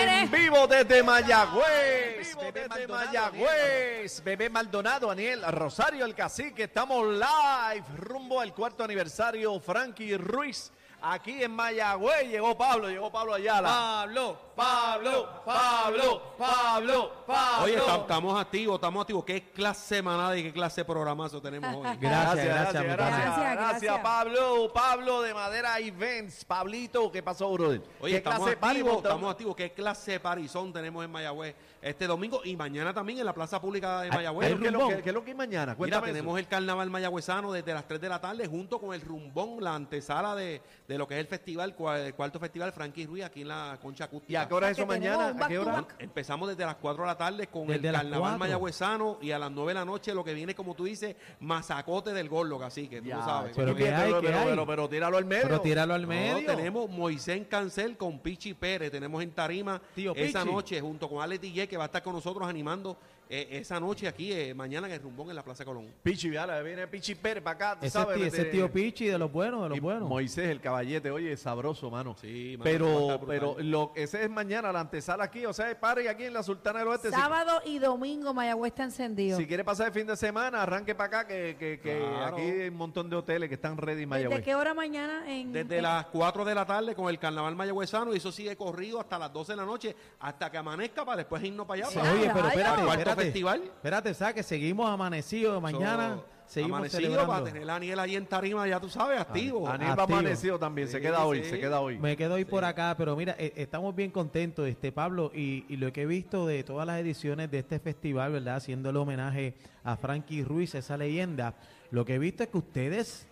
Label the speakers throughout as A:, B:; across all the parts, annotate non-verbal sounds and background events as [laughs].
A: En vivo desde Mayagüez. Bebé Mayagüez. Bebé Maldonado, Aniel Rosario, el cacique. Estamos live rumbo al cuarto aniversario. Frankie Ruiz. Aquí en Mayagüez llegó Pablo, llegó Pablo Ayala.
B: Pablo, Pablo, Pablo, Pablo, Pablo.
C: Oye, tam- estamos activos, estamos activos. ¿Qué clase de manada y qué clase de programazo tenemos
A: [laughs]
C: hoy?
D: Gracias, gracias, mi
A: gracias,
D: pana. Gracias,
A: gracias,
D: gracias.
A: Pablo, Pablo de Madera Events, Pablito, ¿qué pasó, brother?
C: Oye,
A: ¿Qué
C: estamos
A: clase de party
C: activos,
A: montamos?
C: estamos activos. ¿Qué clase de parizón tenemos en Mayagüez este domingo y mañana también en la Plaza Pública de Mayagüez?
A: ¿Qué es lo que-
C: Rumbón.
A: qué es lo que hay mañana?
C: Mira,
A: Cuéntame
C: tenemos el carnaval mayagüezano desde las 3 de la tarde junto con el rumbón, la antesala de, de lo que es el festival, cua- el cuarto festival Frankie Ruiz aquí en la Concha Acústica.
A: ¿Y a qué hora es
D: Que
A: eso
D: tenemos
A: mañana?
D: un
A: ¿A qué
D: back to
A: hora?
D: back.
C: Empezamos desde las 4 de la tarde con
E: Desde
C: el
E: las
C: carnaval
E: 4.
C: mayagüezano y a las 9 de la noche lo que viene, como tú dices, masacote del gorlo, así que tú
A: Ya,
C: lo sabes.
E: pero
A: chico,
E: ¿qué hay,
A: pero,
E: qué
A: pero,
E: hay?
A: pero- pero tíralo al medio.
E: Pero tíralo al
C: No,
E: medio.
C: tenemos Moisés Cancel con Pichi Pérez, tenemos en Tarima
E: Tío
C: esa
E: Pichi.
C: noche junto con Alex DJ que va a estar con nosotros animando eh, esa noche aquí, eh, mañana en el rumbón en la Plaza Colón.
A: Pichi, ahora viene Pichi Pérez para acá, tú
E: Ese,
A: sabes.
E: tío, ese
A: de-
E: tío Pichi de los buenos, de
A: y
E: los buenos.
A: Moisés, el caballete, oye, sabroso, mano.
C: Sí, mano, va a
A: pero,
C: estar brutal.
A: pero lo, ese es mañana, la antesala aquí, o sea, pare aquí en la Sultana del Oeste. Si-
D: Sábado y domingo Mayagüez está
A: Si,
D: encendido.
A: quiere pasar el fin de semana, arranque para acá, que, que, que
C: Claro.
A: aquí hay un montón de hoteles que están ready en
D: ¿Desde
A: Mayagüez.
D: qué hora mañana? En,
C: Desde
D: en-
C: las 4 de la tarde con el carnaval mayagüezano y eso sigue corrido hasta las 12 de la noche, hasta que amanezca para después irnos para allá.
D: Sí,
C: para-
E: Oye, pero
D: Ay,
E: espérate,
C: ¿Cuarto
E: espérate.
C: festival?
E: Espérate, ¿sabes? Que seguimos amanecidos. Mañana
C: So,
E: seguimos
C: amanecido para
E: celebrando.
C: tener a Aniel ahí en tarima, ya tú sabes, activo.
A: Aniel va
E: Activo.
A: amanecido también, se
C: Sí,
A: queda hoy,
C: sí.
A: se queda hoy.
E: Me quedo hoy por acá, pero mira, eh, estamos bien contentos, este Pablo, y, y lo que he visto de todas las ediciones de este festival, ¿verdad? Haciendo el homenaje a Frankie Ruiz, esa leyenda, lo que he visto es que ustedes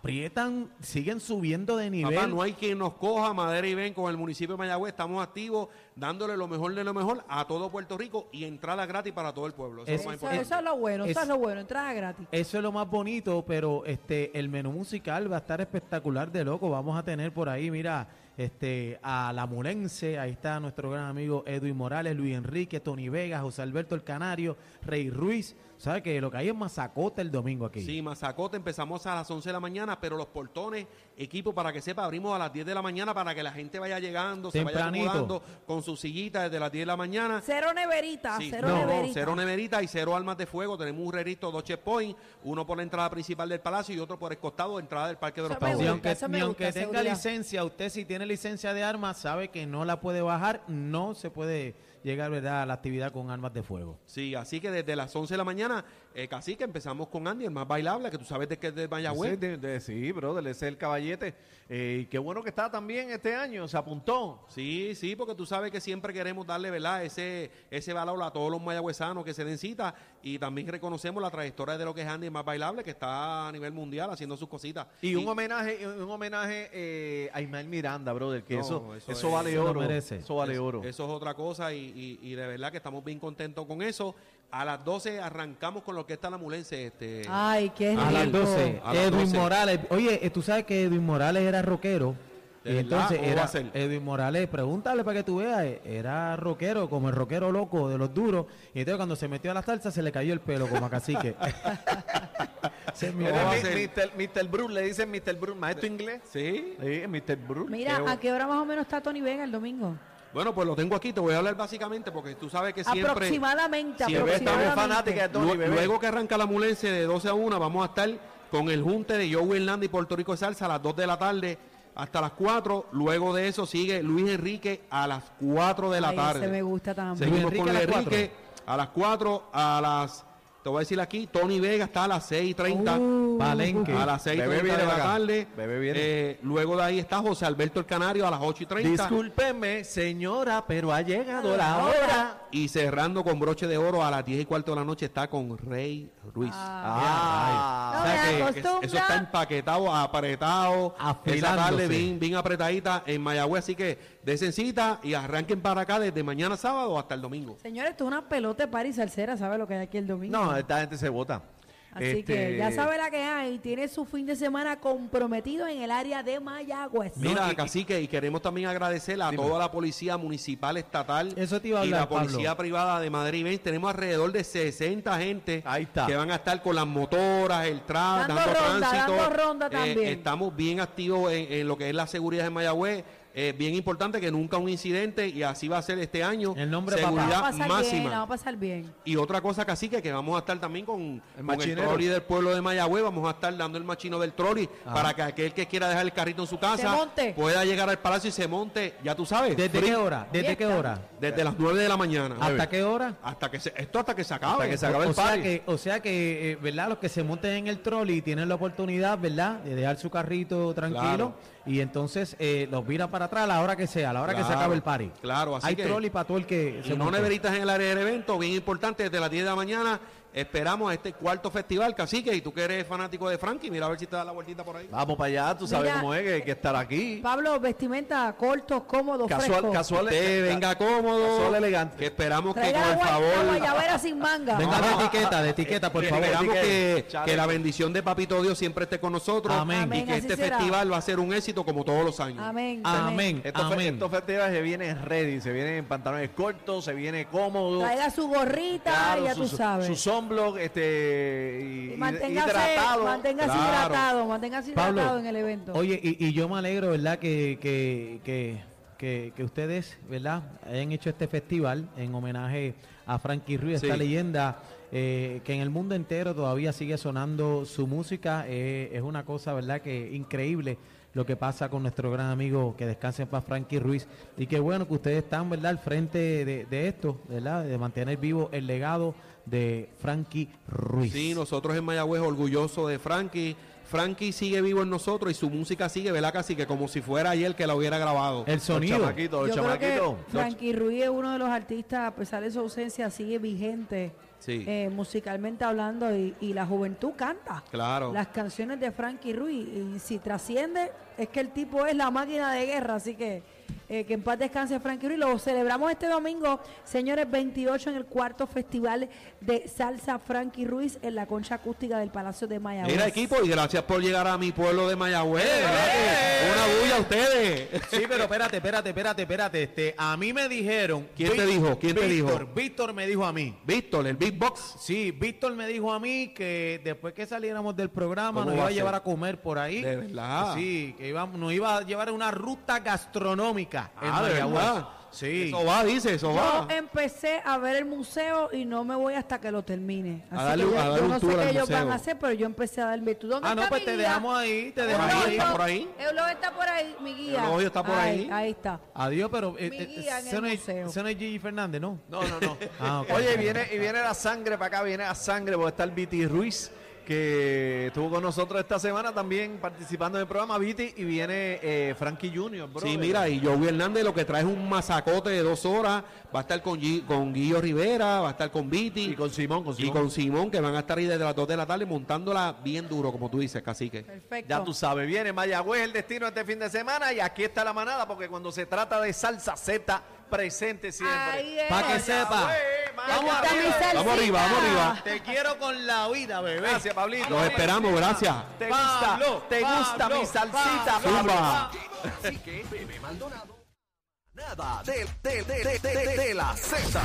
E: aprietan, siguen subiendo de nivel.
C: Papá, no hay quien nos coja madera y ven con el municipio de Mayagüez. Estamos activos, dándole lo mejor de lo mejor a todo Puerto Rico y entrada gratis para todo el pueblo. Eso es lo más
D: Eso,
C: importante.
D: eso es lo bueno, eso
E: Es-
D: es lo bueno, entrada gratis.
E: Eso es lo más bonito, pero este el menú musical va a estar espectacular de loco. Vamos a tener por ahí, mira, este a la Mulense, ahí está nuestro gran amigo Edwin Morales, Luis Enrique, Tony Vega, José Alberto el Canario, Rey Ruiz. ¿Sabes que Lo que hay es mazacote el domingo aquí.
C: Sí, Mazacote, empezamos a las 11 de la mañana, pero los portones, equipo, para que sepa, abrimos a las 10 de la mañana para que la gente vaya llegando, se
E: Tempranito.
C: vaya acomodando con su sillita desde las 10 de la mañana.
D: Cero neverita,
C: Sí.
D: cero
E: No,
D: neverita.
C: cero neverita y cero armas de fuego. Tenemos un rerito, dos checkpoints, uno por la entrada principal del palacio y otro por el costado de entrada del Parque de los
D: Eso me
E: Ni
C: Pavos.
D: gusta.
E: aunque,
D: eso me
E: ni
D: gusta,
E: aunque tenga
D: seguridad.
E: licencia, usted si tiene licencia de armas sabe que no la puede bajar, no se puede llegar ¿verdad? a la actividad con armas de fuego.
C: Sí, así que desde las 11 de la mañana, eh, casi que empezamos con Andy, el más bailable, que tú sabes de que es de Mayagüez.
A: Sí, de- de- sí, brother, ese es el caballete. Eh, y qué bueno que está también este año, se apuntó.
C: Sí, sí, porque tú sabes que siempre queremos darle, ¿verdad? Ese, ese valor a todos los mayagüezanos que se den cita y también reconocemos la trayectoria de lo que es Andy el más bailable, que está a nivel mundial haciendo sus cositas.
A: Y un homenaje, un homenaje eh, a Ismael Miranda, brother, que
C: No,
A: eso, eso,
C: eso es-
A: vale
E: eso lo
A: oro.
E: merece.
A: Eso vale
C: Eso-
A: oro.
C: Eso es otra cosa y, y- y de verdad que estamos bien contentos con eso. A las 12 arrancamos con la orquesta lamulense. Este,
D: Ay, qué rico.
E: A las 12,
C: A las
E: Edwin
C: 12.
E: Morales. Oye, eh, tú sabes que Edwin Morales era rockero.
C: ¿De
E: Y
C: verdad?
E: entonces
C: ¿Cómo va
E: era
C: a ser?
E: Edwin Morales, pregúntale para que tú veas, eh, era rockero, como el rockero loco de los duros. Y entonces cuando se metió a la salsa se le cayó el pelo como a
C: [laughs]
E: cacique. se me
A: Él
C: ¿Cómo va a
A: es
C: ser?
A: mi- Mr. Mr. Bruce, le dicen Mr. Bruce, maestro inglés.
C: Sí.
A: Sí, Mr. Bruce.
D: Mira,
C: Qué bueno.
D: ¿a qué hora más o menos está Tony Vega el domingo?
C: Bueno, pues lo tengo aquí, te voy a hablar básicamente porque tú sabes que siempre...
D: aproximadamente,
C: Sí,
A: Bebé está muy
D: aproximadamente.
A: fanática de Tony,
C: Lue-
A: bebé.
C: Luego que arranca la mulense de 12 a 1, vamos a estar con el junte de Joe Hernández y Puerto Rico de Salsa a las 2 de la tarde hasta las 4. Luego de eso sigue Luis Enrique a las 4 de la
D: Ay, ese
C: tarde.
D: me gusta también.
C: Seguimos
E: Luis Enrique
C: con
E: a
C: Luis
E: las
C: Enrique a las 4, a las... Te voy a decir aquí, Tony Vega está a las 6 y 30.
D: Uh.
E: Palenque.
C: A las 6 y
A: Bebé
C: 30
A: viene
C: de la
A: para acá.
C: tarde.
A: Bebé viene.
C: Eh, luego de ahí está José Alberto el Canario a las 8 y 30.
A: Discúlpeme, señora, pero ha llegado la hora.
C: Y cerrando con broche de oro a las 10 y cuarto de la noche está con Rey Ruiz.
A: Ah,
D: No
C: O sea
D: me
C: que es-
D: acostumbro.
C: eso está empaquetado, apretado, esa
E: Afilándose.
C: tarde bien, bien apretadita en Mayagüez, así que desen cita y arranquen para acá desde mañana sábado hasta el domingo.
D: Señores, esto es una pelota de par y salsera, ¿sabe lo que hay aquí el domingo?
A: No, esta gente se vota. Este,
D: Así
C: este-
D: que ya sabe la que hay. Tiene su fin de semana comprometido en el área de Mayagüez.
E: pues,
C: Mira, cacique, y queremos también agradecer a toda la policía municipal, estatal
E: Eso te iba a
C: y la
E: hablar,
C: policía
E: Pablo.
C: privada de Madrid. Ven, tenemos alrededor de 60 gente
A: Ahí está.
C: que van a estar con las motoras, el tránsito,
D: Dando
C: dando,
D: ronda,
C: tránsito. Eh,
D: dando ronda también.
C: estamos bien activos en, en lo que es la seguridad en Mayagüez. eh, bien importante que nunca un incidente y así va a ser este año.
E: El nombre de papá.
D: La
C: seguridad
D: vamos a pasar bien,
C: máxima.
D: la vamos a pasar bien.
C: Y otra cosa casi que, que vamos a estar también con con el,
A: machinero.
C: trolley del pueblo de Mayagüez, vamos a estar dando el machino del trolley para que aquel que quiera dejar el carrito en su casa
D: monte.
C: pueda llegar al palacio y se monte, ya tú sabes,
E: ¿Desde
C: free,
E: qué hora? ¿Desde qué hora?
C: desde las 9 de la mañana.
E: ¿Hasta qué hora?
C: Hasta que se- esto hasta que se acabe.
A: Hasta que se acabe. el
E: o, sea
A: party.
E: que, o sea que, eh, ¿verdad? Los que se monten en el trolley tienen la oportunidad, ¿verdad? De dejar su carrito tranquilo
C: Claro.
E: y entonces eh, los vira para atrás a la hora que sea, a la hora que se
C: Claro,
E: acabe el party.
C: claro, así
E: Hay
C: que-
E: trolley para todo el que
C: Y no
E: monte.
C: neveritas en el área del evento, bien importante, desde las 10 de la mañana esperamos a este cuarto festival, cacique, y tú que eres fanático de Frankie, mira a ver si te da la vueltita por ahí.
A: Vamos para allá, tú sabes
D: Mira,
A: cómo es, que hay que estar aquí.
D: Pablo, vestimenta corto, cómodo,
A: Casual,
D: fresco.
A: casual.
C: Usted Este, venga cómodo,
A: Solo elegante.
C: que esperamos que
D: Traiga
C: con
D: la
C: el
D: guay- la
C: favor...
D: guayabera sin manga.
E: Venga de
C: No.
E: etiqueta, de etiqueta, por
C: Que
E: favor.
C: Esperamos
A: Así que,
C: que,
A: chale.
C: que la bendición de Papito Dios siempre esté con nosotros
E: Amén.
C: y
D: Amén,
C: que
D: así
C: este
D: será.
C: festival va a ser un éxito como todos los años.
D: Amén.
E: Amén,
A: Estos, fe-
E: amén.
A: estos festivales se vienen ready, se vienen en pantalones cortos, se viene cómodo.
D: Traiga su gorrita,
A: claro,
D: ya
A: su-
D: tú
A: su-
D: sabes.
A: Su sunblock, este, y,
D: Y
A: y-
D: manténgase,
A: hidratado.
D: manténgase
C: Claro.
D: hidratado, manténgase hidratado
E: Pablo,
D: en el evento.
E: Oye, y, y yo me alegro, ¿verdad? Que, que, que, que, que ustedes, ¿verdad? Hayan hecho este festival en homenaje a Frankie Ruiz, esta
C: Sí.
E: leyenda eh, que en el mundo entero todavía sigue sonando su música. Eh, es una cosa, ¿verdad? Que increíble lo que pasa con nuestro gran amigo que descanse en paz Frankie Ruiz y qué bueno que ustedes están verdad al frente de, de esto verdad de mantener vivo el legado de Frankie Ruiz
C: Sí, nosotros en Mayagüez orgullosos de Frankie. Frankie sigue vivo en nosotros y su música sigue, ¿verdad? Casi que como si fuera ayer que la hubiera grabado.
E: el
A: Los
E: sonido
A: chamaquitos, los
D: Yo creo que
A: chamaquitos.
D: Frankie Ruiz es uno de los artistas, a pesar de su ausencia, sigue vigente
C: Sí.
D: eh, musicalmente hablando y, y la juventud canta.
C: Claro.
D: Las canciones de Frankie Ruiz y si trasciende, es que el tipo es la máquina de guerra, así que eh, que en paz descanse Frankie Ruiz. Lo celebramos este domingo, señores, 28 en el cuarto festival de salsa Frankie Ruiz en la concha acústica del Palacio de Mayagüez.
C: Mira equipo y gracias por llegar a mi pueblo de Mayagüez. ¿verdad que? Una bulla a ustedes. [laughs]
E: Sí, pero espérate, espérate, espérate, espérate. Este, a mí me dijeron.
C: ¿Quién te
E: Víctor-
C: dijo? ¿Quién te dijo?
E: Víctor, Víctor me dijo a mí.
C: Víctor, el Big Box.
E: Sí, Víctor me dijo a mí que después que saliéramos del programa
C: ¿Cómo
E: nos
C: va
E: iba
C: a
E: a llevar
C: ser?
E: a comer por ahí.
C: De verdad.
E: Sí, que íbamos- nos iba a llevar a una ruta gastronómica. en
C: Ah, de
E: Mayagüez.
C: verdad.
E: Sí.
C: Eso va, dice, eso va.
D: Yo empecé a ver el museo y no me voy hasta que lo termine.
C: A
D: Así
C: darle-
D: que yo,
C: a darle
D: yo
C: un
D: no sé
C: tour al
D: qué ellos
C: museo.
D: van a hacer, pero yo empecé a dar mi tour. ¿Dónde
E: Ah, no,
D: está
E: pues
D: mi
E: te
D: guía?
E: dejamos ahí, te dejamos
D: Eulogio,
E: ahí.
C: está por ahí.
D: Eulogio está por ahí, mi guía.
C: Eulogio está por
D: Ay,
C: ahí.
D: Ahí está.
E: Adiós, pero eh,
D: Mi guía en
E: ese
D: el
E: no es-
D: museo.
E: ese no es Gigi Fernández, ¿no?
A: No, no, no.
E: [laughs] Ah, ok.
A: Oye, y viene, y viene la sangre para acá, viene la sangre, porque está el Viti Ruiz, que estuvo con nosotros esta semana también participando en el programa Viti, y viene eh, Frankie Junior, bro.
C: Sí, mira, y Joey Hernández lo que trae es un masacote de dos horas. Va a estar con, Gui- con Guillo Rivera, va a estar con Viti.
A: Y con Simón, con
C: y
A: Simón.
C: con Simón, que van a estar ahí desde las 2 de la tarde montándola bien duro, como tú dices, cacique.
D: Perfecto.
A: Ya tú sabes, viene Mayagüez el destino este fin de semana, y aquí está la manada, porque cuando se trata de salsa Z, presente
D: Ahí
A: siempre.
D: es. Pa' que
E: sepa.
A: Vamos
D: Aquí está mi
A: arriba.
D: salsita.
C: Vamos arriba, vamos arriba.
E: Te quiero con la vida, bebé.
A: Gracias, Pablito.
C: Los esperamos, gracias.
A: ¿Te gusta?
B: Pablo,
A: ¿Te gusta
B: Pablo,
A: mi salsita?
C: Zumba.
F: Así que Bebé Maldonado. Nada de, de, de, de, de, de la Z.